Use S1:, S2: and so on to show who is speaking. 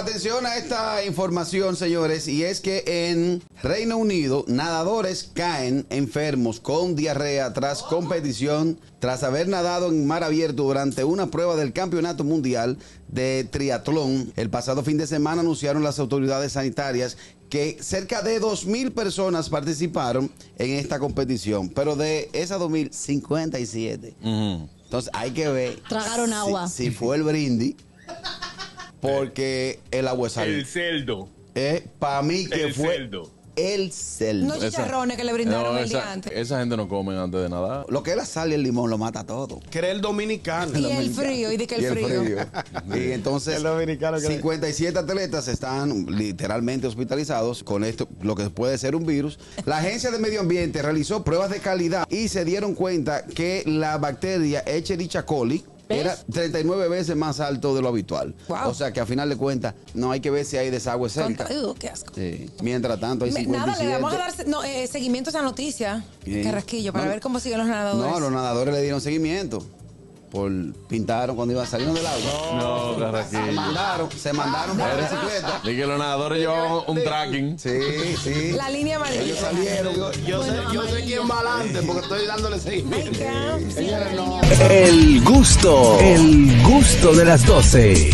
S1: atención a esta información, señores, y es que en Reino Unido nadadores caen enfermos con diarrea tras competición, tras haber nadado en mar abierto durante una prueba del Campeonato Mundial de Triatlón. El pasado fin de semana anunciaron las autoridades sanitarias que cerca de 2.000 personas participaron en esta competición, pero de esas 2.000, 57. Entonces hay que ver
S2: Tragaron
S1: si-
S2: agua.
S1: si fue el brindis. Porque el agua es
S3: El celdo.
S1: Para mí que
S3: El
S1: fue
S3: celdo.
S1: el celdo.
S4: No chicharrones que le brindaron
S5: No,
S4: el día
S5: esa,
S4: antes.
S5: esa gente no come antes de nada.
S1: Lo que es la sal y el limón lo mata todo.
S6: Que era el dominicano.
S4: Y el frío, y de que el,
S1: Y
S4: frío.
S1: Y entonces,
S6: El dominicano que le-
S1: 57 atletas están literalmente hospitalizados con esto, lo que puede ser un virus. La Agencia de Medio Ambiente realizó pruebas de calidad y se dieron cuenta que la bacteria Echerichia coli
S2: ¿Ves?
S1: era 39 veces más alto de lo habitual.
S4: Wow.
S1: O sea que a final de cuentas, no hay que ver si hay desagüe cerca.
S4: Contra- Uy, uh, qué asco.
S1: Sí. Mientras tanto, hay
S4: Me- nada,
S1: 57.
S4: le vamos a dar no, eh, seguimiento a esa noticia,
S1: Bien.
S4: Carrasquillo, para
S1: No.
S4: ver cómo siguen los nadadores.
S1: No, los nadadores le dieron seguimiento. Por, pintaron cuando iban saliendo del agua.
S5: No,
S1: Se
S5: Carraquillo.
S1: mandaron, se mandaron
S4: Ah,
S1: por la bicicleta.
S5: Dije que los nadadores llevan un tracking.
S1: Sí, sí.
S4: La línea
S1: Ellos
S4: amarilla.
S1: salieron.
S6: Yo, sé, yo sé quién va adelante porque estoy dándole seguimiento.
S4: Ay, qué asco.
S7: El gusto, el gusto de las doce.